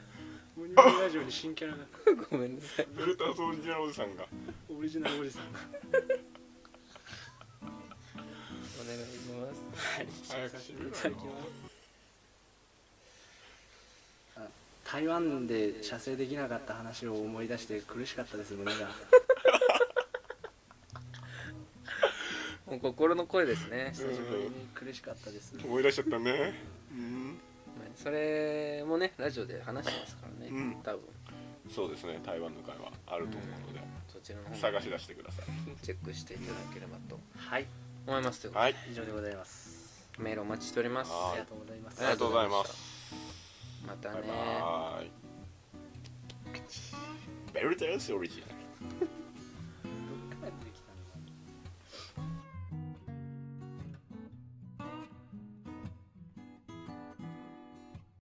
Speaker 3: モニターラジオに新キャラが
Speaker 2: ごめんなさい
Speaker 4: ベルターソージナルおじさんが
Speaker 3: オリジナルおじさん
Speaker 2: お願いします
Speaker 4: 早く閉めろよ
Speaker 3: 台湾で射精できなかった話を思い出して苦しかったです胸が
Speaker 2: もう心の声ですね、
Speaker 3: 久しぶりに 苦しかったです
Speaker 4: 思い出しちゃったねうん
Speaker 2: それもねラジオで話してますからね、
Speaker 4: うん
Speaker 2: 多分
Speaker 4: そうですね台湾の会はあると思うので、
Speaker 2: そちらの方も
Speaker 4: 探し出してください、
Speaker 2: チェックしていただければと
Speaker 3: はい
Speaker 2: 思いますということ
Speaker 4: はい
Speaker 3: 以上でございます
Speaker 2: でメールお待ちしております
Speaker 4: は
Speaker 3: あ
Speaker 4: い
Speaker 3: りがとうございます
Speaker 4: ありがとうございます
Speaker 2: また
Speaker 4: バ
Speaker 2: ね
Speaker 4: イバーイベルタースオリジナル